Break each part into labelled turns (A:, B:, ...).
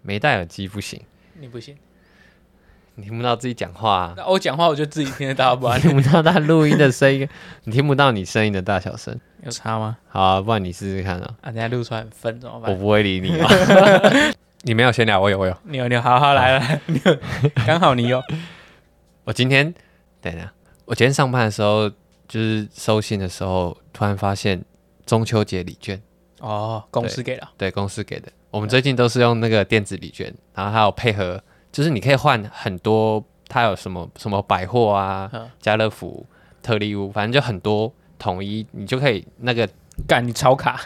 A: 没戴耳机不行，
B: 你不信？
A: 你听不到自己讲话、啊，
B: 那我讲话我就自己听得到不
A: 你
B: 然
A: 听不到他录音的声音，你听不到你声音的大小声。
B: 有差吗？
A: 好、啊，不然你试试看啊，
B: 啊，等下录出来很分怎么
A: 我
B: 办？
A: 不会理你、啊。你没有闲聊，我有，我有。
B: 你有你有，好好来来， 你有刚好你有，
A: 我今天等一下，我今天上班的时候，就是收信的时候，突然发现中秋节礼券，
B: 哦，公司给了，
A: 对公司给的。我们最近都是用那个电子礼券，然后还有配合，就是你可以换很多，它有什么什么百货啊、
B: 嗯
A: 家乐福、特力屋，反正就很多统一，你就可以那个
B: 干你超 卡，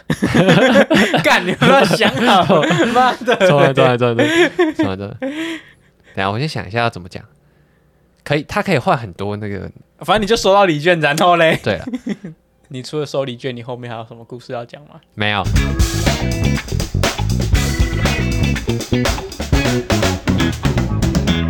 B: 干你有没有想好？ 妈
A: 走来
B: 的，
A: 走来走来走来走来。等一下，我先想一下要怎么讲。可以，它可以换很多那个。
B: 反正你就收到礼券，然后嘞，
A: 对了，
B: 你除了收礼券，你后面还有什么故事要讲吗？
A: 没有，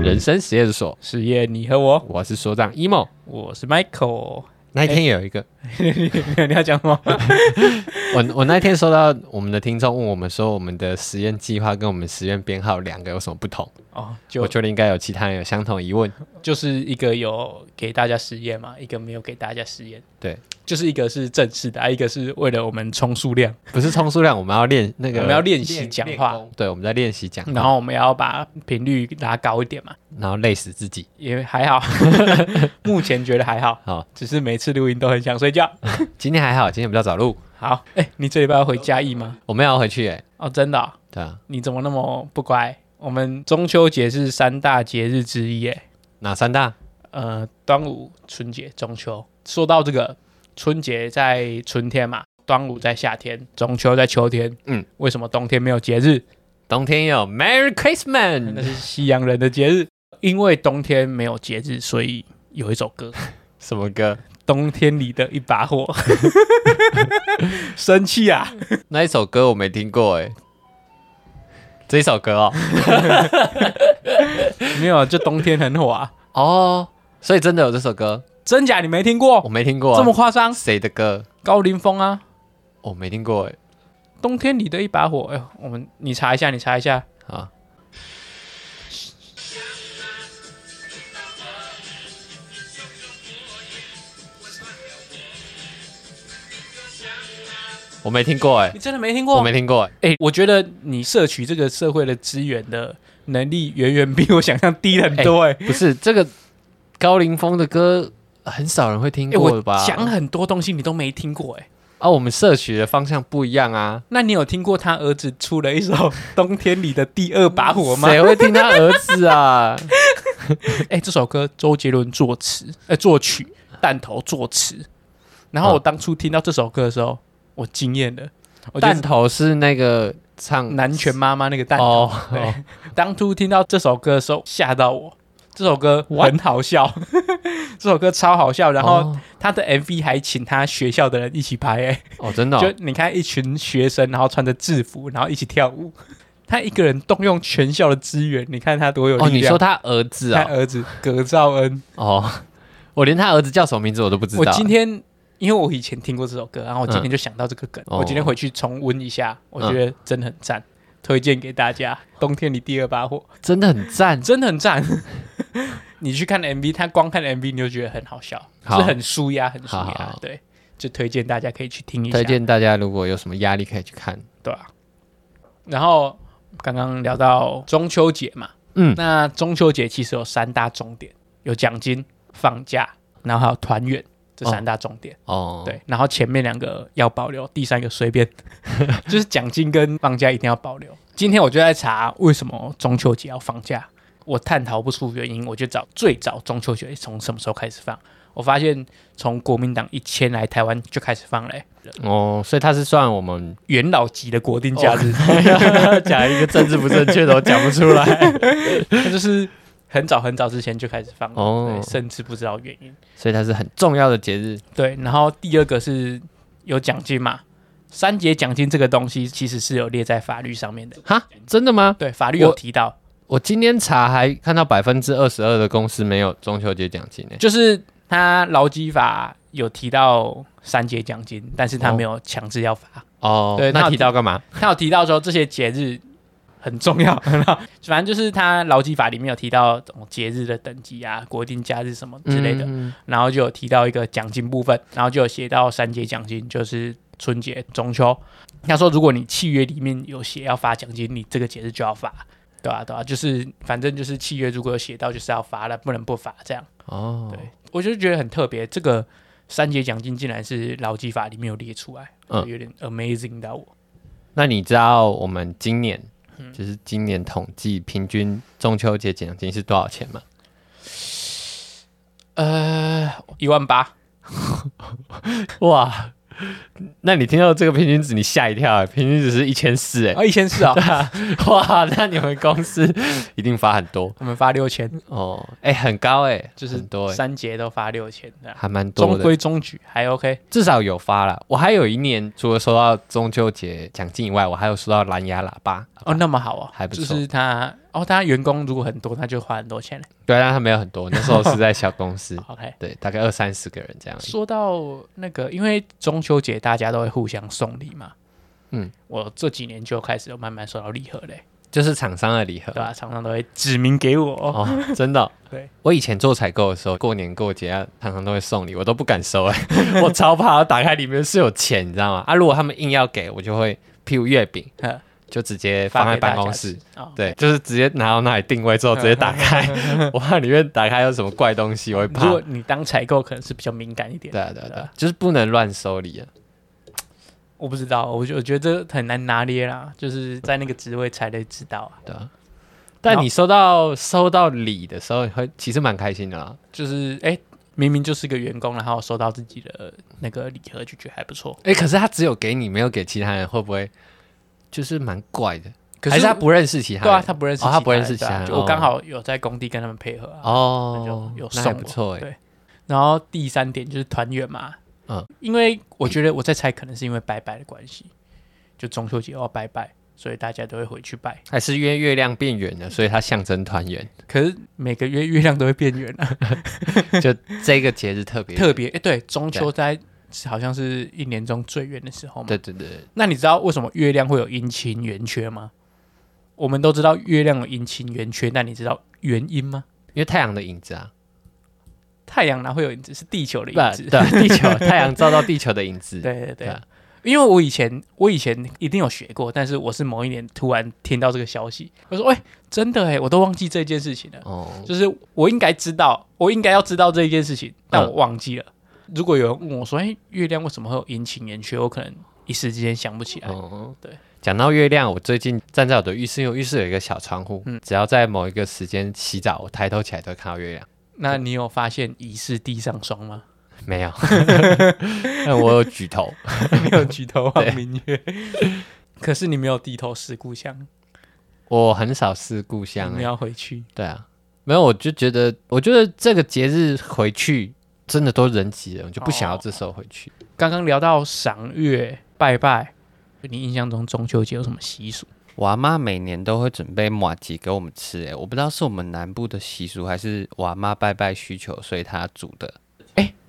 A: 人生实验所，
B: 实验你和我，
A: 我是所长 emo。
B: 我是 Michael，
A: 那一天有一个，
B: 你要讲吗？
A: 我我那天收到我们的听众问我们说，我们的实验计划跟我们实验编号两个有什么不同？
B: 哦，就
A: 我觉得应该有其他人有相同疑 问。
B: 就是一个有给大家实验嘛，一个没有给大家实验。
A: 对，
B: 就是一个是正式的，啊一个是为了我们充数量，
A: 不是充数量，我们要练那个，
B: 我们要练习讲话
A: 练功。对，我们在练习讲话，
B: 然后我们要把频率拉高一点嘛，
A: 然后累死自己。
B: 也还好， 目前觉得还好，
A: 好，
B: 只是每次录音都很想睡觉。
A: 今天还好，今天比较早录，
B: 好，哎、你这礼拜要回嘉义吗？
A: 我们要回去哎、
B: 哦，真的哦、
A: 对啊，
B: 你怎么那么不乖？我们中秋节是三大节日之一，哎，
A: 哪三大？
B: 呃，端午、春节、中秋。说到这个，春节在春天嘛，端午在夏天，中秋在秋天。
A: 嗯，
B: 为什么冬天没有节日？
A: 冬天有 Merry
B: 那
A: Christmas，
B: 是西洋人的节日。因为冬天没有节日，所以有一首歌《
A: 什么歌？
B: 冬天里的一把火》。 生气啊！
A: 那一首歌我没听过哎、这一首歌 哦，
B: 没有，就冬天很火啊！
A: 哦，所以真的有这首歌，
B: 真假你没听
A: 我
B: 过？
A: 没听过、啊，
B: 这么夸张？
A: 谁的歌？
B: 高凌风啊，
A: 我、没听过哎、
B: 《冬天里的一把火》。哎呦，我们你查一下，你查一下。
A: 啊，我没听过哎、
B: 你真的没听
A: 我
B: 过？
A: 没听过哎、
B: 哎、我觉得你摄取这个社会的资源的能力，远远比我想象低很多、哎、
A: 不是这个高凌风的歌，很少人会听
B: 哎，
A: 过
B: 我
A: 的吧？
B: 讲很多东西你都没听过、哎，
A: 啊，我们摄取的方向不一样啊。
B: 那你有听过他儿子出了一首《冬天里的第二把火》吗？
A: 谁会听他儿子啊？
B: 哎、这首歌周杰伦作词，哎、作曲，弹头作词。
A: 嗯
B: 然后我当初听到这首歌的时候，我惊艳了。我觉
A: 弹
B: 得
A: 头是那个唱
B: 南拳妈妈那个弹头，
A: 哦
B: 对
A: 哦
B: 当初听到这首歌的时候吓到我。这首歌很好笑， 这首歌超好笑。然后
A: 哦
B: 他的 MV 还请他学校的人一起拍、哎、
A: 哦，真的哦、
B: 就你看一群学生，然后穿着制服，然后一起跳舞。他一个人动用全校的资源，你看他多有
A: 哦，
B: 力
A: 你
B: 量。
A: 说他儿子
B: 他
A: 啊？
B: 儿子葛兆恩，
A: 哦，我连他儿子叫什么名字我都不知道。
B: 我今天因为我以前听过这首歌，然后我今天就想到这个梗，
A: 哦嗯
B: 我今天回去重温一下，我觉得真的很赞，推荐给大家。冬天里第二把火
A: 真的很赞，
B: 真的很赞， 你去看 MV，他光看 MV 你就觉得很好笑，
A: 好
B: 是很舒压，很舒
A: 好好
B: 压
A: 好，
B: 对，就推荐大家可以去听一下
A: 推，荐大家如果有什么压力可以去看。
B: 对啊。然后刚刚聊到中秋节嘛，
A: 嗯
B: 那中秋节其实有三大重点，有奖金、放假，然后还有团圆这三大重点。
A: 哦，，
B: 对，然后前面两个要保留，第三个随便， 就是奖金跟放假一定要保留。今天我就在查为什么中秋节要放假，我探讨不出原因，我就找最早中秋节从什么时候开始放。我发现从国民党一迁来台湾就开始放嘞、
A: 哦，所以他是算我们
B: 元老级的国定假日，
A: 讲一个政治不正确的，我讲不出来。
B: 那、 就是很早很早之前就开始放了，
A: 哦
B: 对，甚至不知道原因。
A: 所以它是很重要的节日。
B: 对，然后第二个是有奖金嘛，三节奖金这个东西其实是有列在法律上面的，
A: 哈，真的吗？
B: 对，法律有
A: 我
B: 提到。
A: 我今天查还看到百分之二十二的公司没有中秋节奖金呢、
B: 就是他劳基法有提到三节奖哦金，但是他没有强制要发。
A: 哦，
B: 对那
A: 那
B: 我
A: 提到干嘛？
B: 他有提到说这些节日很重要。 反正就是他劳基法里面有提到哦节日的等级啊、国定假日什么之类的，
A: 嗯
B: 然后就有提到一个奖金部分，然后就有写到三节奖金，就是春节、中秋。他说，如果你契约里面有写要发奖金，你这个节日就要发，对啊，对啊，就是反正就是契约如果有写到，就是要发了，不能不发这样。
A: 哦，
B: 对，我就觉得很特别，这个三节奖金竟然是劳基法里面有列出来，
A: 嗯
B: 有点 amazing 到我。
A: 那你知道我们今年就是今年统计平均中秋节奖金是多少钱吗？
B: 呃，一万八，
A: 哇，那你听到这个平均值，你吓一跳、欸，平均值是一千四哎，
B: 啊，一千四 啊，
A: 哇，那你们 公司一定发很多
B: 我们发六千，
A: 哦，哎、很高哎、
B: 就是
A: 很多哎、
B: 三节都发六千这样，
A: 还蛮多
B: 中
A: 的，哎
B: 规中矩，还 OK。
A: 至少有发了。我还有一年，除了收到中秋节奖金以外，我还有收到蓝牙喇叭。
B: 哦，那么好哦，
A: 还不错
B: 就是他哦，他员工如果很多，他就花很多钱嘞。，
A: 对，但它没有很多，那时候是在小公司
B: OK，
A: 对，大概二三十个人这样而已。
B: 说到那个，因为中秋节大家都会互相送礼嘛。
A: 嗯，
B: 我这几年就开始有慢慢收到礼盒嘞，
A: 就是厂商的礼盒
B: 对，吧、常常都会指名给我、哦。
A: 嗯哦，真的哦、
B: 对
A: 我以前做采购的时候，过年过节啊，常常都会送礼，我都不敢收 哎、我超怕打开里面是有钱，你知道吗？啊，如果他们硬要给我，就会譬如月 饼
B: 呵，
A: 就直接放在
B: 嗯给大
A: 办
B: 家
A: 公室
B: 吃，嗯哦，
A: 对，就是直接拿到那里定位之后直接打开， 我怕里面打开有什么怪东西，我会怕
B: 如。果你当采购，可能是比较敏感一点。
A: 对啊对啊对啊，就是不能乱收礼啊。
B: 我不知道，我觉我觉得这很难拿捏啦，就是在那个职位才能知道啊。
A: 对啊，但你收到收到礼的时候，你会其实蛮开心的啦。
B: 就是哎、诶明明就是个员工，然后收到自己的那个礼盒，就觉得还不错。
A: 哎、可是他只有给你，没有给其他人，会不会就是蛮怪的？
B: 可
A: 还是他不认识其他人？
B: 对啊，他不认
A: 哦
B: 识其他人、
A: 他不认识
B: 对啊
A: 其他人
B: 就
A: 哦
B: 我刚好有在工地跟他们配合啊。
A: 哦，
B: 那就有
A: 那
B: 送
A: 还
B: 我
A: 不错哎。
B: 对然后第三点就是团圆嘛，
A: 嗯
B: 因为我觉得我在猜，可能是因为拜拜的关系，就中秋节要拜拜，所以大家都会回去拜。
A: 还是因为月亮变圆了，所以它象征团 圆。
B: 可是每个月月亮都会变圆啊，
A: 就这个节日特别
B: 特别哎、诶对，中秋在好像是一年中最圆的时候嘛。
A: 对对对，
B: 那你知道为什么月亮会有阴晴圆缺吗？我们都知道月亮有阴晴圆缺，但你知道原因吗？
A: 因为太阳的影子啊，
B: 太阳哪会有影子？是地球的
A: 不
B: 影子。
A: 对啊，地球太阳照到地球的影子。
B: 对对对
A: 啊，
B: 因为我以前我以前一定有学过，但是我是某一年突然听到这个消息，我说：“哎、真的哎，我都忘记这件事情了。
A: 哦，
B: 就是我应该知道，我应该要知道这一件事情，但我忘记了。如果有人问我说：“哎、月亮为什么会有阴晴圆缺？”我可能一时之间想不起来。
A: 哦，
B: 哎对。
A: 讲到月亮，我最近站在我的浴室，因为我浴室有一个小窗户，只要在某一个时间洗澡，我抬头起来都会看到月亮。
B: 那你有发现疑是地上霜吗？
A: 没有，但我有举头。
B: 没有举头望明月，可是你没有低头思故乡，
A: 我很少是故乡、
B: 你
A: 欸，
B: 要回去。
A: 对啊，没有，我就觉得，我觉得这个节日回去真的都人挤人，我就不想要这时候回去。
B: 刚刚聊到赏月、拜拜，你印象中中秋节有什么习俗？
C: 我阿妈每年都会准备马吉给我们吃、哎，我不知道是我们南部的习俗，还是我阿妈拜拜需求，所以她煮的。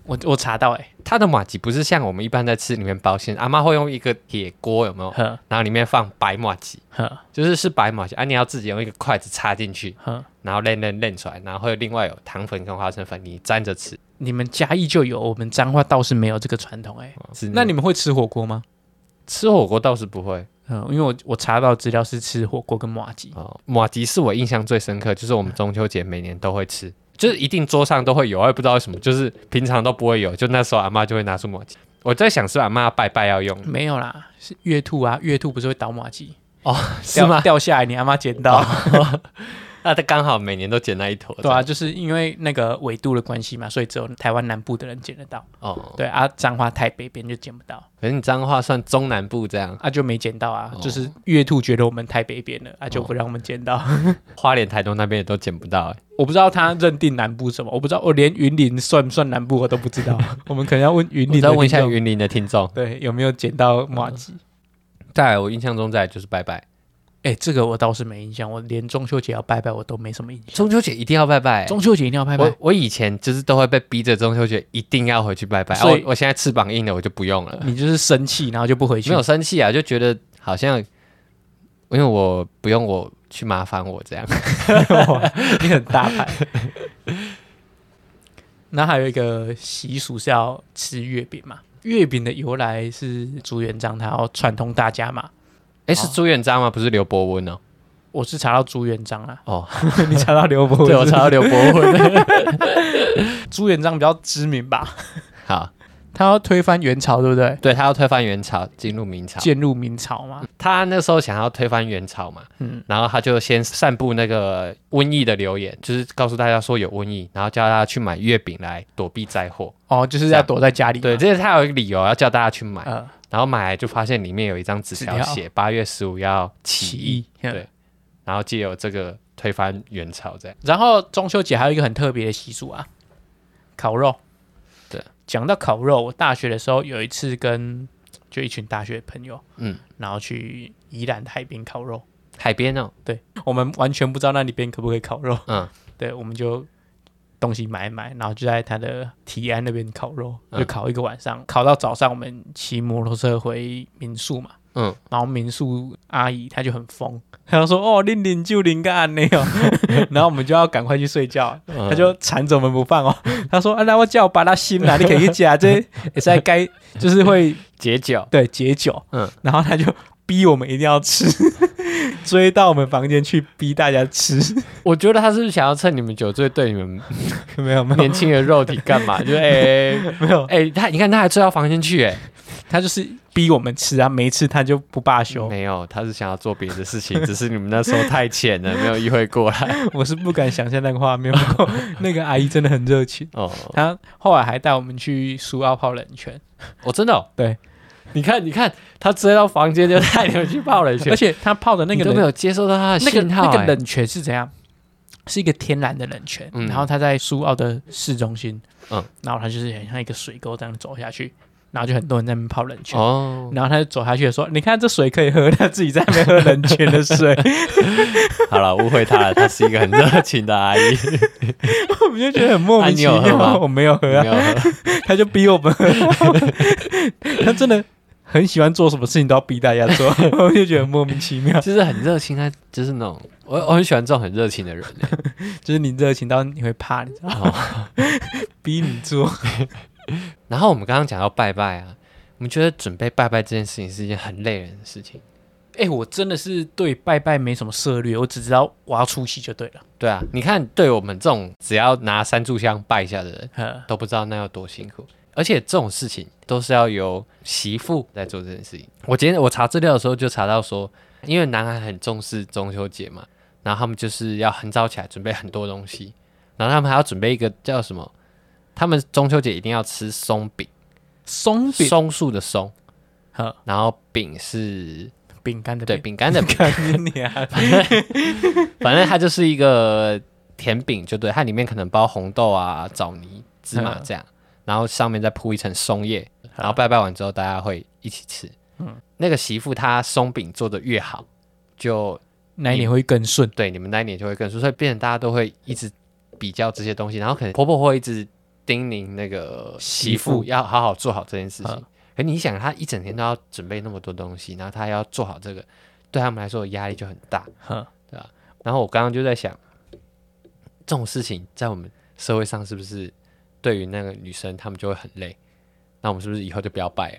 B: 我我查到哎、
A: 它的马吉不是像我们一般在吃里面包馅，阿妈会用一个铁锅，有没有？
B: 呵
A: 然后里面放白马吉，
B: 呵
A: 就是是白马吉，啊，你要自己用一个筷子插进去，
B: 呵，
A: 然后练练练出来，然后会另外有糖粉跟花生粉，你沾着吃。
B: 你们嘉义就有，我们彰化倒是没有这个传统哎、
A: 是
B: 那你们会吃火锅吗？
A: 吃火锅倒是不会
B: 嗯，因为我我查到资料是吃火锅跟麻吉，
A: 哦。马吉是我印象最深刻，就是我们中秋节每年都会吃，就是一定桌上都会有，我也不知道为什么，就是平常都不会有，就那时候阿妈就会拿出马吉。我在想是不是阿妈拜拜要 用，
B: 没有啦，是月兔啊，月兔不是会倒麻吉，
A: 是
B: 掉
A: 吗？哦
B: 掉下来你阿妈捡到，啊
A: 那他刚好每年都捡那一坨。
B: 对啊，，就是因为那个纬度的关系嘛，所以只有台湾南部的人捡得到，
A: 哦，
B: 对啊，彰化太北边就捡不到，
A: 可是你彰化算中南部这样，
B: 啊就没捡到啊，
A: 哦
B: 就是月兔觉得我们太北边了，啊就不让我们捡到。
A: 花莲、台东那边也都捡不到、欸。
B: 我不知道他认定南部什么，我不知道，我连云林算不算南部我都不 知道。我们可能要问云
A: 你
B: 林
A: 再
B: 的
A: 问一下
B: 听众
A: 云林嗯的听众。
B: 对有没有捡到马吉？
A: 再来，我印象中再来就是拜拜，
B: 哎、这个我倒是没印象，我连中秋节要拜拜我都没什么印象。
A: 中秋节一定要拜拜、欸
B: 中秋节一定要拜拜
A: 我，我以前就是都会被逼着中秋节一定要回去拜拜，啊
B: 所以
A: 我我现在翅膀硬了，我就不用了，
B: 你就是生气然后就不回去
A: 没有。生气啊，就觉得好像因为我不用我去麻烦我这样。
B: 你很大 牌。那还有一个习俗是要吃月饼嘛？月饼的由来是朱元璋他要串通大家嘛？
A: 哎，
B: 哦
A: 是朱元璋吗？不是刘伯温哦。
B: 我是查到朱元璋啊，
A: 哦，
B: 你查到刘伯
A: 对，我查到刘伯 温。
B: 朱元璋比较知名吧？
A: 好，
B: 他要推翻元朝，对不对？
A: 对他要推翻元朝，进入明朝。
B: 渐入明朝嘛，
A: 他那时候想要推翻元朝嘛，
B: 嗯
A: 然后他就先散布那个瘟疫的流言，就是告诉大家说有瘟疫，然后叫大家去买月饼来躲避灾祸。
B: 哦，就是要躲在家里
A: 啊
B: 嘛，
A: 对，这是他有一个理由要叫大家去买，
B: 呃，
A: 然后买来就发现里面有一张纸条
B: 纸条
A: 写八月十五要起
B: 起
A: 义，
B: 义。嗯
A: 对然后借由这个推翻元朝这样。
B: 然后中秋节还有一个很特别的习俗啊，烤肉。
A: 对，
B: 讲到烤肉，我大学的时候有一次跟就一群大学朋友，
A: 嗯，
B: 然后去宜兰海边烤肉，
A: 海边哦，
B: 我们完全不知道那里边可不可以烤肉，
A: 嗯，
B: 对，我们就东西买一买，然后就在他的提安那边烤肉，
A: 嗯
B: 就烤一个晚上，烤到早上，我们骑摩托车回民宿嘛。
A: 嗯，
B: 然后民宿阿姨她就很疯，她就说：“哦，零零就零个案内哦。” 然后我们就要赶快去睡觉，
A: 他
B: 他就缠着我们不放哦。 他说：“啊，那我叫我把它心啦，你可以去 加这也在该就是会
A: 解酒，
B: 对解酒。”
A: 嗯
B: 嗯，然后他就逼我们一定要吃， 追到我们房间去逼大家吃。
A: 我觉得他是不是想要趁你们酒醉对你们
B: 没有没有
A: 年轻的肉体干嘛？就是哎
B: 没有，
A: 哎，他你看他还追到房间去哎，
B: 他就是逼我们吃啊，没吃他就不罢休。
A: 没有，他是想要做别的事情，只是你们那时候太浅了，没有意会过来。
B: 我是不敢想象那个画面，不 过那个阿姨真的很热情。
A: 哦，
B: 她后来还带我们去苏澳泡冷泉，
A: 我、真的、 哦、
B: 对，
A: 你看，你看，他追到房间就带你们去泡了一圈
B: 而，且她泡的那
A: 你
B: 个
A: 都
B: 冷
A: 没有接收到他的
B: 那个
A: 信号、
B: 那个
A: 哎
B: 冷泉是怎样？是一个天然的冷泉，
A: 嗯
B: 然后它在苏澳的市中心，
A: 嗯
B: 嗯，然后它就是很像一个水沟这样走下去，然后就很多人在那边泡冷泉。
A: 哦，
B: 然后他就走下去说：“你看这水可以喝，他自己在那边喝冷泉的 水。
A: 好了，误会他了，他是一个很热情的阿姨，”
B: 我们就觉得很莫名其
A: 啊你有
B: 妙。
A: 喝吗
B: 我没有喝啊
A: 没，有喝
B: 他就逼我 们喝。他真的很喜欢做什么事情都要逼大家做，我们就觉得很莫名其妙。
A: 就是很热情，他就是那种，我我很喜欢这种很热情的人、啊哎
B: 就是你热情到你会怕，你知道吗？逼你做，
A: 然后我们刚刚讲到拜拜啊，我们觉得准备拜拜这件事情是一件很累人的事情。
B: 哎、我真的是对拜拜没什么涉略，我只知道我要出席就对了。
A: 对啊，你看，对我们这种只要拿三炷香拜一下的人，
B: 呃，
A: 都不知道那有多辛苦。而且这种事情都是要由媳妇来做这件事情。我今天我查资料的时候就查到说，因为南韩很重视中秋节嘛，然后他们就是要很早起来准备很多东西，然后他们还要准备一个叫什么？他们中秋节一定要吃松饼，
B: 松饼，
A: 松树的松，
B: 呵，
A: 然后饼是
B: 饼干的
A: 对饼
B: 饼，
A: 干的饼，
B: 干你啊！
A: 反正它就是一个甜饼，就对，它里面可能包红豆啊、枣泥、芝
B: 嗯
A: 麻这样，然后上面再铺一层松叶，然后拜拜完之后大家会一起吃。嗯，那个媳妇她松饼做的越好，就
B: 那一年会更顺，
A: 对你们那一年就会更熟，所以变成大家都会一直比较这些东西，然后可能婆婆会一直叮咛那个媳
B: 媳
A: 妇
B: 妇
A: 要好好做好这件事情
B: 嗯。
A: 可你想，她一整天都要准备那么多东西，然后她要做好这个，对他们来说压力就很大。
B: 呵，
A: 然后我刚刚就在想，这种事情在我们社会上是不是对于那个女生，她们就会很累？那我们是不是以后就不要拜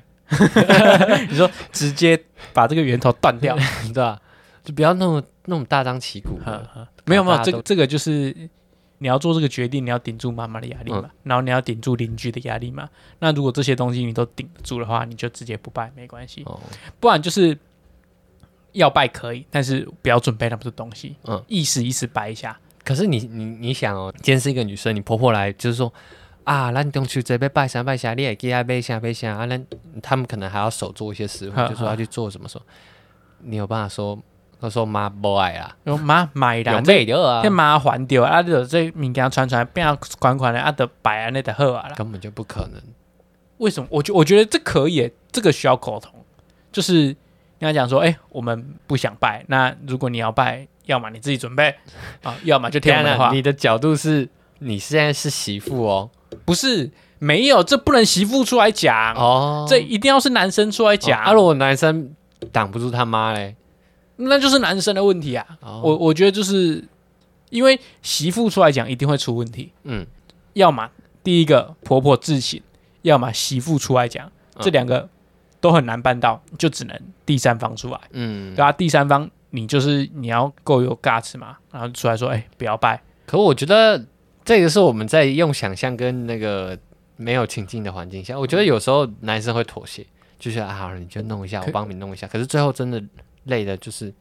A: 了，
B: 你说直接把这个源头断 掉，
A: 对吧、就不要那么那么大张旗鼓
B: 呵
A: 了。
B: 呵，没有没有，
A: 大家
B: 这
A: 都
B: 个这个就是你要做这个决定，你要顶住妈妈的压力嘛，
A: 嗯
B: 然后你要顶住邻居的压力嘛。那如果这些东西你都顶得住的话，你就直接不拜没关系，
A: 哦，
B: 不然就是要拜可以，但是不要准备那么多东西，
A: 嗯
B: 嗯，意思意思拜一下，
A: 可是你你你想哦，今天是一个女生，你婆婆来就是说啊，咱中秋节要拜啥拜啥，你也给她拜啥拜啥啊，那他们可能还要手做一些食物，
B: 呵
A: 就说要去做什么什么，你有办法说，她说妈不爱啊啦，
B: 然后妈买啦
A: 两，倍的啊
B: 这，麻烦掉啊！你就这物件传传变啊款款的啊，就摆安尼就好啊啦。
A: 根本就不可能。
B: 为什么？我觉我觉得这可以耶，这个需要沟通。就是你要讲说，哎、我们不想拜，那如果你要拜，要么你自己准备啊，要么就听我
A: 天
B: 们的
A: 哪，
B: 话。
A: 你的角度是，你现在是媳妇哦，
B: 不是没有，这不能媳妇出来讲，
A: 哦啊
B: 这一定要是男生出来
A: 假。
B: 讲。
A: 啊，如果男生挡不住他妈嘞，
B: 那就是男生的问题啊。
A: 哦
B: 我我觉得就是因为媳妇出来讲一定会出问题，
A: 嗯，
B: 要么第一个婆婆自省，要么媳妇出来讲，
A: 嗯
B: 这两个都很难办到，就只能第三方出来。
A: 嗯，
B: 对啊，第三方你就是你要够有 guts 嘛，然后出来说，哎、不要拜。
A: 可我觉得这个是我们在用想象跟那个没有情境的环境下，我觉得有时候男生会妥协，就是啊，你就弄一下，
B: 可
A: 我帮你弄一下。可是最后真的累的，就是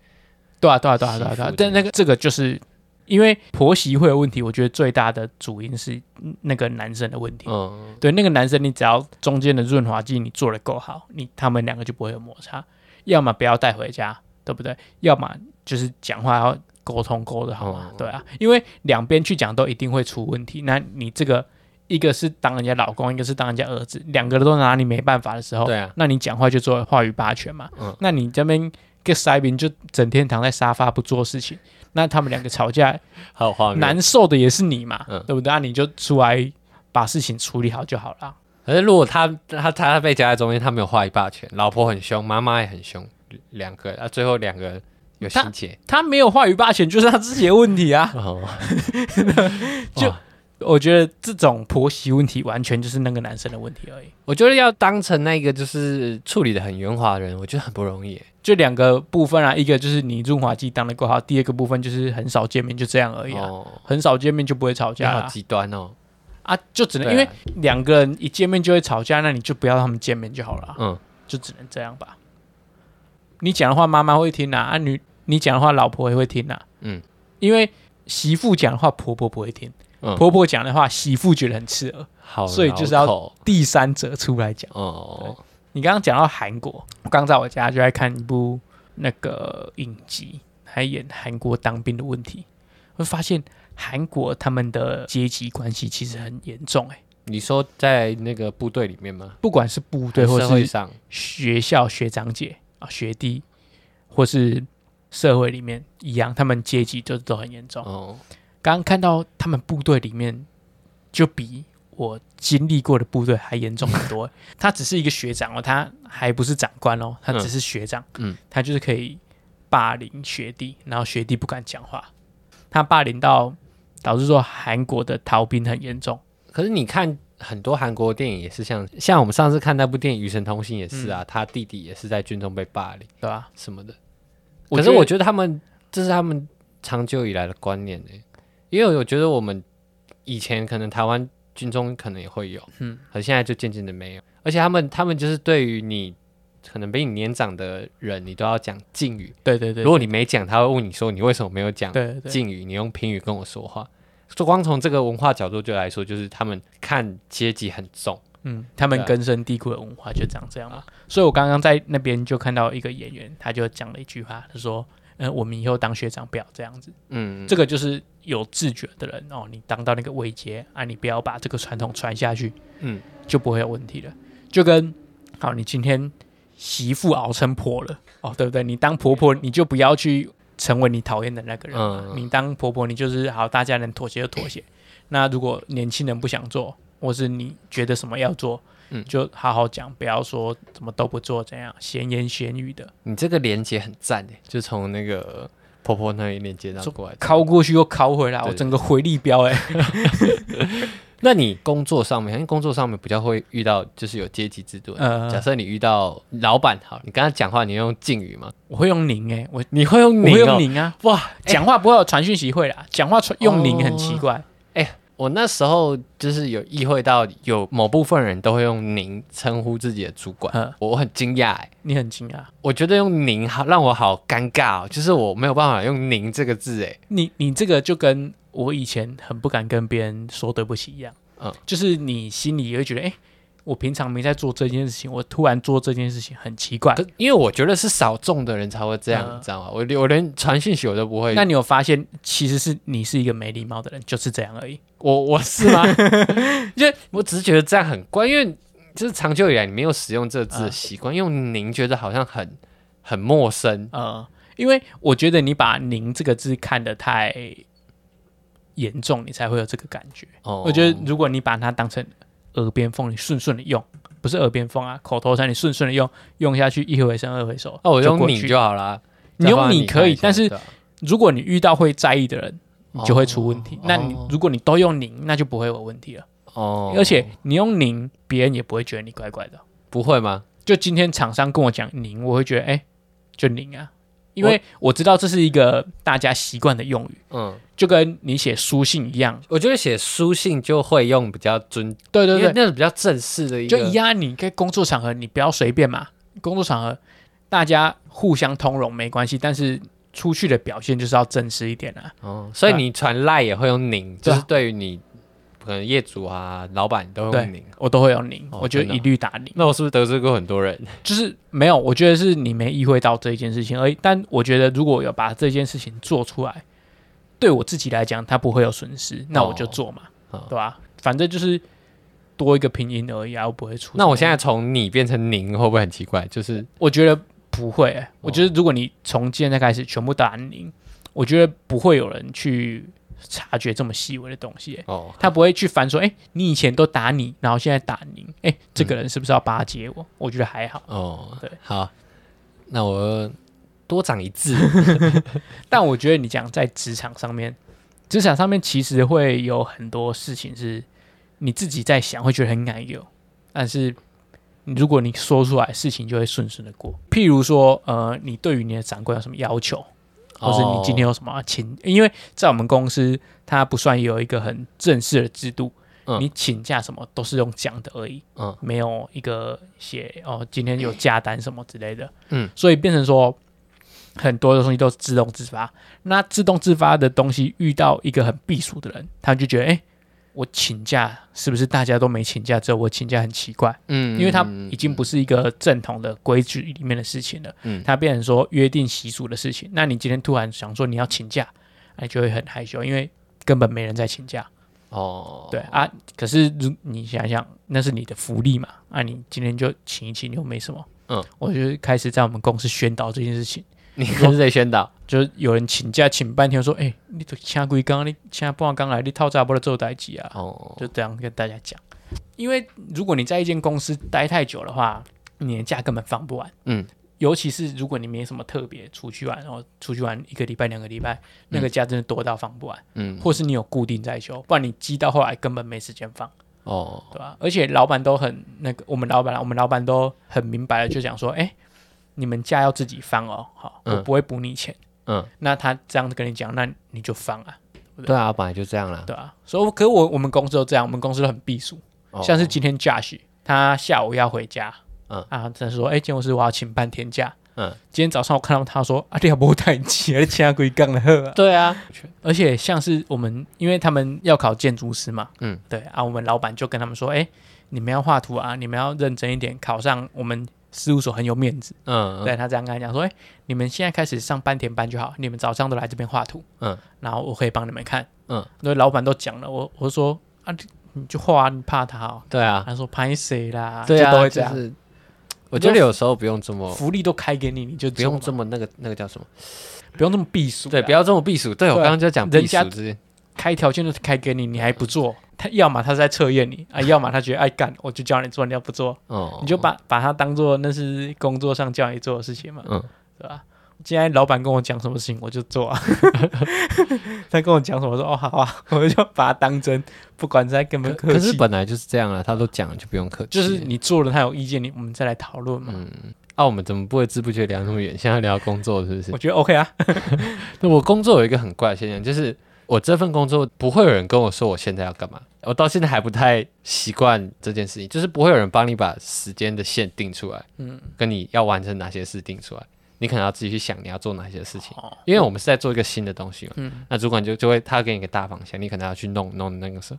B: 对啊，对啊，对啊，对啊，对
A: 媳
B: 啊
A: 妇。
B: 但那个这个就是因为婆媳会有问题，我觉得最大的主因是那个男生的问题。
A: 嗯，
B: 对，那个男生你只要中间的润滑剂你做的够好，你他们两个就不会有摩擦。要么不要带回家，对不对？要么就是讲话要沟通沟的好嘛，
A: 哦
B: 对啊，因为两边去讲都一定会出问题。那你这个一个是当人家老公，一个是当人家儿子，两个都拿你没办法的时候，
A: 对啊，
B: 那你讲话就做话语霸权嘛。
A: 嗯
B: 那你这边 get 塞宾就整天躺在沙发不做事情，那他们两个 吵架，
A: 还哦有画面。
B: 难受的也是你嘛，
A: 嗯
B: 对不对？那你就出来把事情处理好就好啦。
A: 可是如果他他他被夹在中间，他没有话语霸权，老婆很凶，妈妈也很凶，两个啊，最后两个有心结。
B: 他没有话语霸权，就是他自己的问题啊。
A: 哦，
B: 就
A: 就
B: 我觉得这种婆媳问题完全就是那个男生的问题而已。
A: 我觉得要当成那个就是处理的很圆滑的人，我觉得很不容易耶。
B: 就两个部分啊，一个就是你润滑剂当的够好，第二个部分就是很少见面，就这样而已啊。
A: 哦，
B: 很少见面就不会吵
A: 你
B: 架
A: 好
B: 啊，
A: 极端哦。
B: 啊就只能因
A: 对
B: 为
A: 啊
B: 两个人一见面就会吵架，那你就不要让他们见面就好了啊、
A: 嗯，
B: 就只能这样吧。你讲的话，妈妈会听啊，啊你你讲的话，老婆也会听啊。
A: 嗯，
B: 因为媳妇讲的话，婆婆不会听；
A: 嗯
B: 婆婆讲的话，媳妇觉得很刺耳。
A: 好
B: 所以就是要
A: 老口
B: 第三者出来讲。
A: 哦，
B: 你刚刚讲到韩国，我刚在我家就在看一部那个影集，还演韩国当兵的问题，会发现韩国他们的阶级关系其实很严重、欸。
A: 你说在那个部队里面吗？
B: 不管是部队或
A: 社会
B: 是
A: 上，
B: 学校学长姐啊、学弟，或是社会里面一样，他们阶级就都很严重。
A: 哦，
B: 刚刚看到他们部队里面，就比我经历过的部队还严重 很多。他只是一个学长哦，他还不是长官哦，他只是学长。
A: 嗯嗯
B: 他就是可以霸凌学弟，然后学弟不敢讲话。他霸凌到导致说韩国的逃兵很严重。
A: 可是你看很多韩国电影也是像像我们上次看那部电影《与神同行》也是
B: 嗯
A: 啊，他弟弟也是在军中被霸凌
B: 对吧？
A: 什么的。
B: 我
A: 可
B: 觉
A: 是
B: 得
A: 我觉得他们这是他们长久以来的观念呢、因为我觉得我们以前可能台湾军中可能也会有，
B: 嗯
A: 嗯，可现在就渐渐的没有。而且他们他们就是对于你可能比你年长的人，你都要讲敬语。
B: 对对对，
A: 如果你没讲，他会问你说你为什么没有讲
B: 对对对
A: 敬语，你用平语跟我说话。就光从这个文化角度就来说，就是他们看阶级很重，
B: 嗯，他们
A: 对啊
B: 根深蒂固的文化就长这样嘛。
A: 啊
B: 所以我刚刚在那边就看到一个演员，他就讲了一句话，他说：“嗯、我们以后当学长不要这样子。
A: 嗯，
B: 这个就是有自觉的人哦，你当到那个位阶啊，你不要把这个传统传下去，
A: 嗯，
B: 就不会有问题了。就跟好，你今天媳妇熬成婆了哦，对不对？你当婆婆，你就不要去成为你讨厌的那个人嘛。
A: 嗯
B: 你当婆婆，你就是好，大家能妥协就妥 协。那如果年轻人不想做，或是你觉得什么要做，
A: 嗯
B: 就好好讲，不要说怎么都不做，怎样闲言闲语的，
A: 你这个连接很赞诶，就从那个婆婆那里连接到
B: 说
A: 过来的。
B: 敲过去又敲回来，
A: 对
B: 我整个回力镖哎、
A: 那你工作上面，因为工作上面比较会遇到就是有阶级制度的。
B: 嗯嗯嗯
A: 假设你遇到老板，好，你跟他讲话，你用敬语吗？
B: 我会用您哎、我
A: 你会用
B: 我
A: 你、
B: 会
A: 哦
B: 用？您啊，哇，讲话不会有传讯息会啦，讲话传用您很奇怪，
A: 我那时候就是有意会到，有某部分人都会用“您”称呼自己的主管，
B: 嗯
A: 我很惊讶哎。
B: 你很惊讶，
A: 我觉得用“您”好让我好尴尬哦，就是我没有办法用“您”这个字哎。
B: 你你这个就跟我以前很不敢跟别人说对不起一样，
A: 嗯
B: 就是你心里也会觉得，哎、我平常没在做这件事情，我突然做这件事情很奇怪。
A: 可因为我觉得是少众的人才会这样，
B: 嗯
A: 你知道吗？我我连传讯息我都不会。
B: 那你有发现，其实是你是一个没礼貌的人，就是这样而已。
A: 我我是吗？ 就我只是觉得这样很怪，因为就是长久以来你没有使用这个字的习惯，用“您”觉得好像很很陌生。
B: 呃，因为我觉得你把“您”这个字看得太严重，你才会有这个感觉。
A: 哦
B: 我觉得如果你把它当成耳边风，你顺顺的用，不是耳边风啊，口头禅，你顺顺的用，用下去一回生二回熟，
A: 哦那我
B: 就
A: 用
B: 过
A: “你”
B: 去
A: 就好啦。
B: 你
A: 再
B: 用
A: 帮
B: 你可以，
A: 看
B: 但
A: 一下
B: 是
A: 对啊
B: 如果你遇到会在意的人，你就会出问题。
A: 哦
B: 那你如果你都用您，那就不会有问题了。
A: 哦，
B: 而且你用您，别人也不会觉得你怪怪的。
A: 不会吗？
B: 就今天厂商跟我讲您，我会觉得哎、就您啊，因为我知道这是一个大家习惯的用语，
A: 嗯，
B: 就跟你写书信一样。
A: 我觉得写书信就会用比较尊，
B: 对对
A: 因为
B: 对，
A: 那种比较正式的一
B: 就
A: 个，
B: 一样。你在工作场合，你不要随便嘛。工作场合大家互相通融没关系，但是出去的表现就是要正式一点啊。
A: 哦，所以你传赖也会用您，
B: 对
A: 就
B: 啊
A: 是对于你可能业主啊、老板都会
B: 对
A: 用您。
B: 我都会用您，
A: 哦
B: 我就
A: 真的哦
B: 一律打您。
A: 那我是不是得罪过很多人？
B: 就是没有，我觉得是你没意会到这一件事情而已。但我觉得如果有把这件事情做出来，对我自己来讲，它不会有损失，那我就做嘛，
A: 哦
B: 对吧、反正就是多一个拼音而已啊，我不会出什么。
A: 那我现在从你变成您，会不会很奇怪？就是
B: 我觉得不会、我觉得如果你从现在开始全部打零，我觉得不会有人去察觉这么细微的东西、欸
A: 哦，
B: 他不会去翻说，哎、你以前都打你，然后现在打您，哎、这个人是不是要巴结我？我觉得还好。
A: 哦，
B: 对，
A: 好，那我多长一 字
B: 但我觉得你讲在职场上面，职场上面其实会有很多事情是你自己在想，会觉得很难有，但是你如果你说出来，事情就会顺顺的过。譬如说，呃，你对于你的长官有什么要求，或是你今
A: 哦
B: 天有什么请，因为在我们公司，它不算有一个很正式的制度。
A: 嗯
B: 你请假什么都是用讲的而已，
A: 嗯
B: 没有一个写哦，今天有假单什么之类的，
A: 嗯，
B: 所以变成说很多的东西都是自动自发。那自动自发的东西遇到一个很避暑的人，他就觉得，哎、我请假是不是大家都没请假，只有我请假很奇怪？
A: 嗯
B: 因为它已经不是一个正统的规矩里面的事情了，
A: 嗯
B: 它变成说约定习俗的事情。那你今天突然想说你要请假，那你就会很害羞，因为根本没人在请假。
A: 哦，
B: 对啊，可是如你想想，那是你的福利嘛，啊，你今天就请一请又没什么。
A: 嗯，
B: 我就开始在我们公司宣导这件事情，
A: 你跟谁宣导？
B: 就是有人请假请半天，说，哎、你都请几刚，你请半刚来，你套炸不了做代志啊，
A: 哦，
B: 就这样跟大家讲。因为如果你在一间公司待太久的话，你的假根本放不完。
A: 嗯，
B: 尤其是如果你没什么特别出去玩，然后出去玩一个礼拜、两个礼拜，那个假真的多到放不完。
A: 嗯，
B: 或是你有固定在休，不然你积到后来根本没时间放，
A: 哦，
B: 对吧、而且老板都很那个，我们老板啊，我们老板都很明白的就讲说，哎、你们假要自己放哦，好，我
A: 嗯
B: 不会补你钱。
A: 嗯，
B: 那他这样子跟你讲，那你就放啊，
A: 对啊，本来就这样啦。
B: 对吧、所以我，可是我我们公司都这样，我们公司都很避暑。
A: 哦
B: 像是今天 Josh 他下午要回家，
A: 嗯
B: 啊，他说，哎、今天我是我要请半天假，
A: 嗯，
B: 今天早上我看到他说，啊，你还不太急，你请鬼杠了呵啊，
A: 对啊，
B: 而且像是我们，因为他们要考建筑师嘛，
A: 嗯，
B: 对啊，我们老板就跟他们说，哎、你们要画图啊，你们要认真一点，考上我们事务所很有面子。
A: 嗯，
B: 对他这样跟他讲说，哎、你们现在开始上半天班就好，你们早上都来这边画图，
A: 嗯，
B: 然后我可以帮你们看，
A: 嗯，
B: 那老板都讲了，我我说啊，你你就画、啊，你怕他、哦？
A: 对啊，
B: 他说拍谁啦？
A: 对啊，
B: 就都会这
A: 就
B: 样，
A: 是我觉得有时候不用这么
B: 福利都开给你，你就
A: 不用这
B: 做嘛
A: 么那个那个叫什么？
B: 不用这么避暑啊，
A: 对，不要这么避暑。对我
B: 对啊
A: 刚刚就讲避
B: 人家
A: 暑之
B: 开条件都开给你，你还不做，他要么他是在测验你啊，要么他觉得哎干，我就叫你做，你要不做，
A: 哦，
B: 你就把把它当做那是工作上叫你做的事情嘛，
A: 嗯
B: 对吧？今天老板跟我讲什么事情，我就做 啊。他跟我讲什么，我说哦好啊，我就把它当真，不管在跟不
A: 可
B: 客
A: 可是
B: 气，
A: 本来就是这样啊，他都讲了就不用客气。
B: 就是你做了，他有意见，你我们再来讨论嘛。
A: 啊，我们怎么不会知不觉聊那么远？现在聊工作是不是
B: 我？觉得 OK 啊，
A: 那我工作有一个很怪的现象，就是我这份工作不会有人跟我说我现在要干嘛，我到现在还不太习惯这件事情，就是不会有人帮你把时间的线定出来，嗯，跟你要完成哪些事定出来，你可能要自己去想你要做哪些事情，
B: 哦
A: 因为我们是在做一个新的东西嘛，那主管就就会他给你一个大方向，你可能要去弄弄那个时候，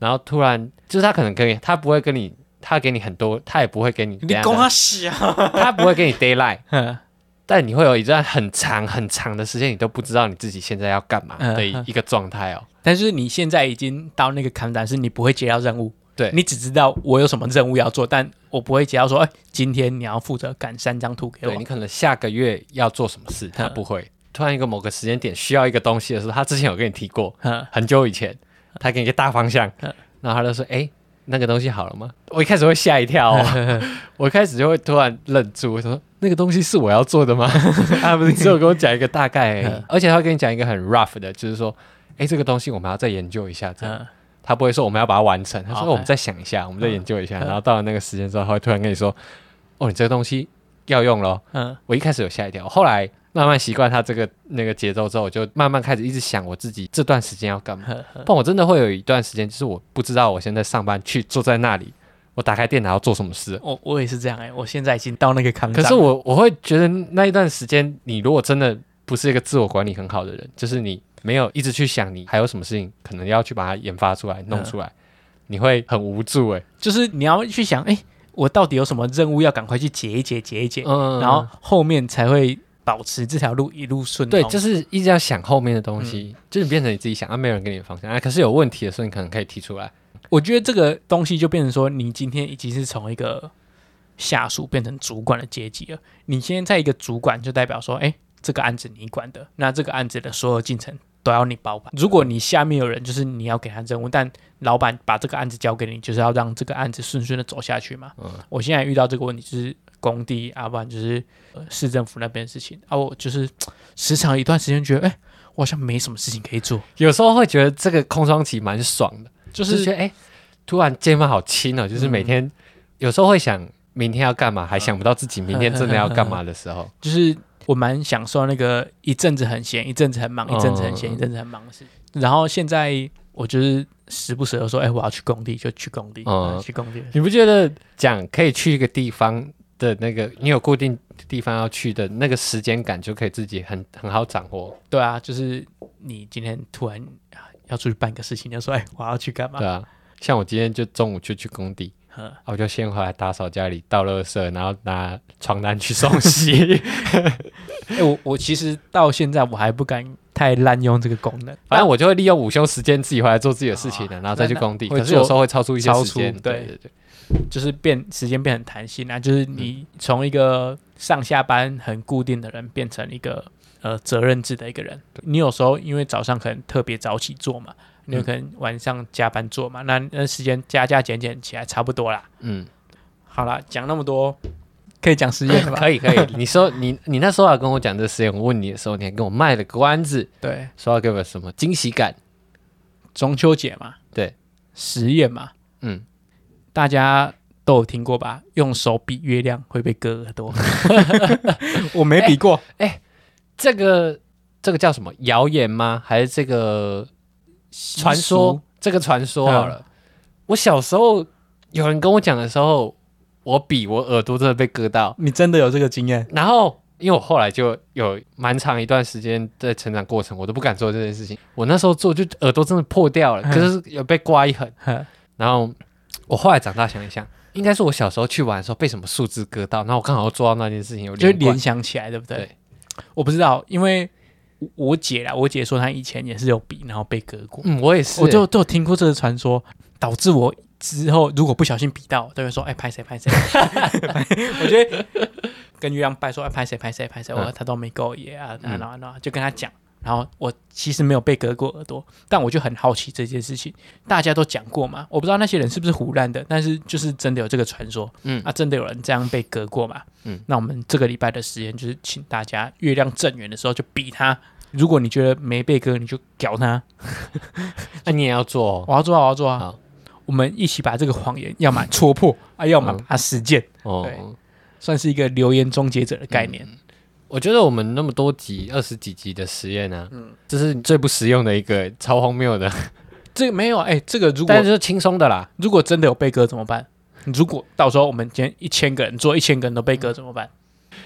A: 然后突然就是他可能跟你，他不会跟你，他给你很多，他也不会给你，
B: 你跟他 洗啊，
A: 他不会给你 d a y l i g h t
B: 嗯
A: 但你会有一段很长很长的时间，你都不知道你自己现在要干嘛
B: 嗯
A: 的一个状态哦。
B: 但是你现在已经到那个坎展，是你不会接到任务，
A: 对
B: 你只知道我有什么任务要做，但我不会接到说，哎，今天你要负责赶三张图给我
A: 对你。可能下个月要做什么事，他不会。突然一个某个时间点需要一个东西的时候，他之前有跟你提过，
B: 嗯，
A: 很久以前，他给你一个大方向，
B: 嗯
A: 然后他就说：“哎、 那个东西好了吗？”我一开始会吓一跳、哦，我一开始就会突然愣住，我说：“那个东西是我要做的吗？
B: 啊，不
A: 你只有跟我讲一个大概 而已
B: 嗯，
A: 而且他会跟你讲一个很 rough 的，就是说，哎，这个东西我们要再研究一下，这样。
B: 嗯，
A: 他不会说我们要把它完成，他说哦
B: OK
A: 我们再想一下，我们再研究一下，
B: 嗯
A: 然后到了那个时间之后，他会突然跟你说，哦，你这个东西要用咯。
B: 嗯，
A: 我一开始有吓一跳，后来慢慢习惯他这个那个节奏之后，我就慢慢开始一直想我自己这段时间要干嘛。
B: 呵呵
A: 不然我真的会有一段时间，就是我不知道我现在上班去坐在那里，我打开电脑要做什么事了。
B: 我我也是这样哎、我现在已经到那个坎，
A: 可是我我会觉得那一段时间，你如果真的不是一个自我管理很好的人，就是你没有一直去想你还有什么事情可能要去把它研发出来、弄出来，你会很无助哎、
B: 就是你要去想，哎、我到底有什么任务要赶快去解一解，解一解，
A: 嗯嗯
B: 然后后面才会保持这条路一路顺通。
A: 对，就是一直要想后面的东西，就是变成你自己想，啊，没有人给你的方向啊。可是有问题的时候，你可能可以提出来。
B: 我觉得这个东西就变成说，你今天已经是从一个下属变成主管的阶级了。你现在在一个主管，就代表说，哎，这个案子你管的，那这个案子的所有进程都要你包办。如果你下面有人，就是你要给他任务，但老板把这个案子交给你，就是要让这个案子顺顺的走下去嘛。
A: 嗯
B: 我现在遇到这个问题就是。工地啊，不然就是、呃市政府那边的事情啊。我就是嘖时常一段时间觉得，哎、我好像没什么事情可以做，
A: 有时候会觉得这个空窗期蛮爽的，就
B: 就
A: 是觉
B: 是
A: 得哎、诶突然肩膀好轻哦，就是每天、有时候会想明天要干嘛，还想不到自己明天真的要干嘛的时 候。
B: 就是我蛮享受那个一阵子很闲，一阵子很忙，
A: 嗯
B: 一阵子很闲，一阵子很忙的事。然后现在我就是时不时的说，哎、我要去工地，就去工地，
A: 嗯
B: 啊去工地。
A: 你不觉得讲可以去一个地方的那个，你有固定地方要去的那个时间感，就可以自己很很好掌握，
B: 对啊，就是你今天突然啊要出去办个事情，你就说，哎、我要去干嘛
A: 对？啊？像我今天就中午就去工地，
B: 嗯
A: 啊我就先回来打扫家里、倒垃圾，然后拿床单去送洗。
B: 哎、我我其实到现在我还不敢太滥用这个功能，
A: 反正我就会利用午休时间自己回来做自己的事情了，然后再去工地。
B: 哦那那
A: 可是有时候会超出一些时间，
B: 超出对
A: 对对。
B: 就是变时间变很弹性啊，就是你从一个上下班很固定的人，变成一个呃责任制的一个人。你有时候因为早上可能特别早起做嘛，你有可能晚上加班做嘛，那那时间加加减减起来差不多啦。
A: 嗯，
B: 好啦，讲那么多，可以讲实验了吧？
A: 可以可以。你说你你那时候要跟我讲这实验，我问你的时候，你还跟我卖了关子，
B: 对，
A: 说要给我什么惊喜感？
B: 中秋节嘛，
A: 对，
B: 实验嘛，
A: 嗯，
B: 大家都有听过吧？用手比月亮会被割耳朵， 我没比 过。
A: 这个这个叫什么谣言吗？还是这个
B: 习俗
A: 传说？这个传
B: 嗯
A: 说好了。我小时候有人跟我讲的时候，我比我耳朵真的被割到，
B: 你真的有这个经验？
A: 然后因为我后来就有蛮长一段时间在成长过程，我都不敢做这件事情。我那时候做就耳朵真的破掉了，
B: 嗯
A: 可是有被刮一痕。
B: 呵
A: 然后我后来长大想一想，应该是我小时候去玩的时候被什么树枝割到，然后我刚好做到那件事情有
B: 就
A: 连贯
B: 联想起来，对不对？
A: 对
B: 我不知道，因为我我姐啦，我姐说她以前也是有笔，然后被割过，
A: 嗯，我也是欸，
B: 我就都有听过这个传说，导致我之后如果不小心笔到，都会说哎拍 谁拍谁，我觉得跟月亮拜说哎拍谁拍谁拍谁，我
A: 嗯
B: 他都没够耶啊，
A: 嗯
B: 然后然后然后就跟他讲。然后我其实没有被割过耳朵，但我就很好奇这件事情，大家都讲过嘛，我不知道那些人是不是胡乱的，但是就是真的有这个传说，
A: 嗯
B: 啊，真的有人这样被割过嘛？
A: 嗯
B: 嗯，那我们这个礼拜的实验就是请大家月亮正圆的时候就比他，如果你觉得没被割，你就屌他，
A: 那你也要做哦
B: 我要做啊，我要做啊
A: 好，
B: 我们一起把这个谎言要么戳破啊，要么
A: 嗯
B: 把它实践，对
A: 哦。
B: 算是一个留言终结者的概
A: 嗯
B: 念。
A: 我觉得我们那么多集二十几集的实验呢、这是最不实用的一个，超荒谬的，
B: 这个没有哎、这个如果
A: 但是就轻松的啦。
B: 如果真的有被割怎么办？如果到时候我们今天一千个人做一千个人都被割怎么办？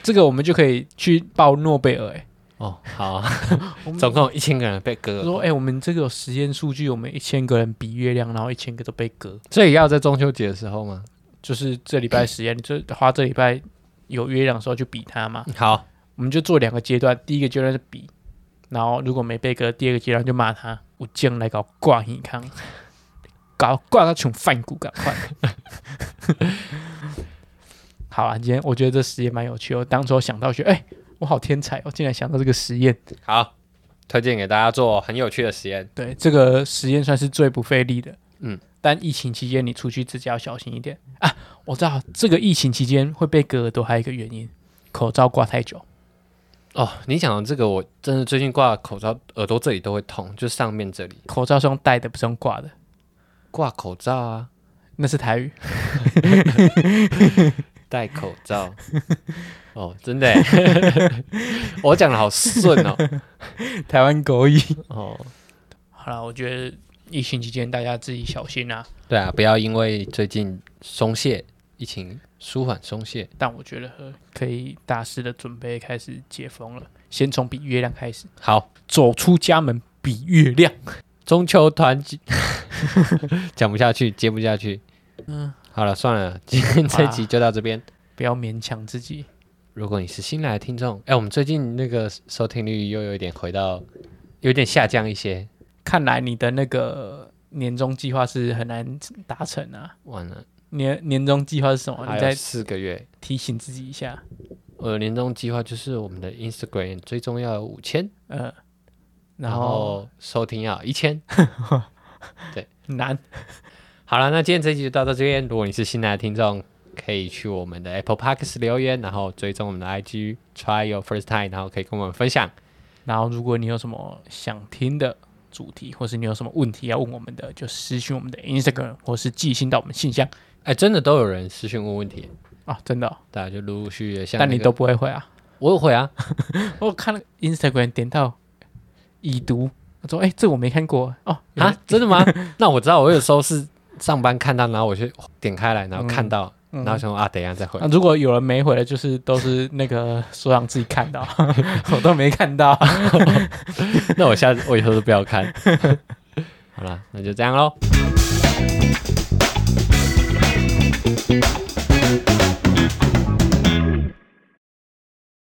B: 这个我们就可以去报诺贝尔哎、
A: 哦，好啊、
B: 我 们
A: 总共一千个人被割
B: 说
A: 了，
B: 哎、我们这个有实验数据，我们一千个人比月亮，然后一千个都被割。
A: 所以要在中秋节的时候吗？
B: 就是这礼拜实验，就花这礼拜有月亮的时候就比它嘛。
A: 好，
B: 我们就做两个阶段，第一个阶段是比，然后如果没被割，第二个阶段就骂他，我将来搞挂健康，搞挂到穷饭骨，赶快。 好啊，今天我觉得这实验蛮有趣的。我当初想到学，哎、我好天才哦，我竟然想到这个实验。
A: 好，推荐给大家做很有趣的实验。
B: 对，这个实验算是最不费力的。
A: 嗯，
B: 但疫情期间你出去自己要小心一点啊！我知道这个疫情期间会被割耳朵，还有一个原因，口罩挂太久。
A: 哦，你讲的这个，我真的最近挂口罩，耳朵这里都会痛，就上面这里
B: 口罩是用戴的，不是用挂的，
A: 挂口罩啊，
B: 那是台语。
A: 戴口 罩。哦，真 的耶，我讲的好顺哦。
B: 台湾狗语。
A: 哦，
B: 好了，我觉得疫情期间大家自己小心啊。
A: 对啊，不要因为最近松懈，疫情舒缓松懈，
B: 但我觉得呃可以大肆的准备开始解封了，先从比月亮开始，
A: 好，
B: 走出家门比月亮。
A: 中秋团聚，讲不下去，接不下去。嗯，好了，算了，今天这集就到这边。
B: 不要勉强自己。
A: 如果你是新来的听众，哎，我们最近那个收听率又有一点回到，有点下降一些，
B: 看来你的那个年终计划是很难达成啊。
A: 完了，
B: 年年终计划是什么？
A: 还
B: 你
A: 有
B: 再
A: 四个月。
B: 提醒自己一下。
A: 我的年终计划就是我们的 Instagram 最重要五千，
B: 呃，然
A: 然
B: 后
A: 后收听要一千。
B: 难
A: 好了，那今天这集就到这边。如果你是新来的听众，可以去我们的 Apple Podcast 留言，然后追踪我们的 IG Try Your First Time，然后可以跟我们分享。
B: 然后，如果你有什么想听的主题，或是你有什么问题要问我们的，就私信我们的 Instagram，或是寄信到我们信箱
A: 哎，真的都有人私讯问问题，
B: 啊，真的哦、
A: 大家就陆陆续续的像那
B: 但
A: 个、
B: 你都不会回啊。
A: 我有回 啊，
B: 我看了 Instagram 点到已读，我说哎、这我没看过哦有人
A: 啊，真的吗？那我知道，我有时候是上班看到，然后我去点开来，然后看到，
B: 嗯
A: 然后想说啊，等一下再回
B: 那、。如果有人没回的，就是都是那个 所长自己看 到，我都没看到。
A: 那 我下次我以后都不要看。好啦，那就这样喽。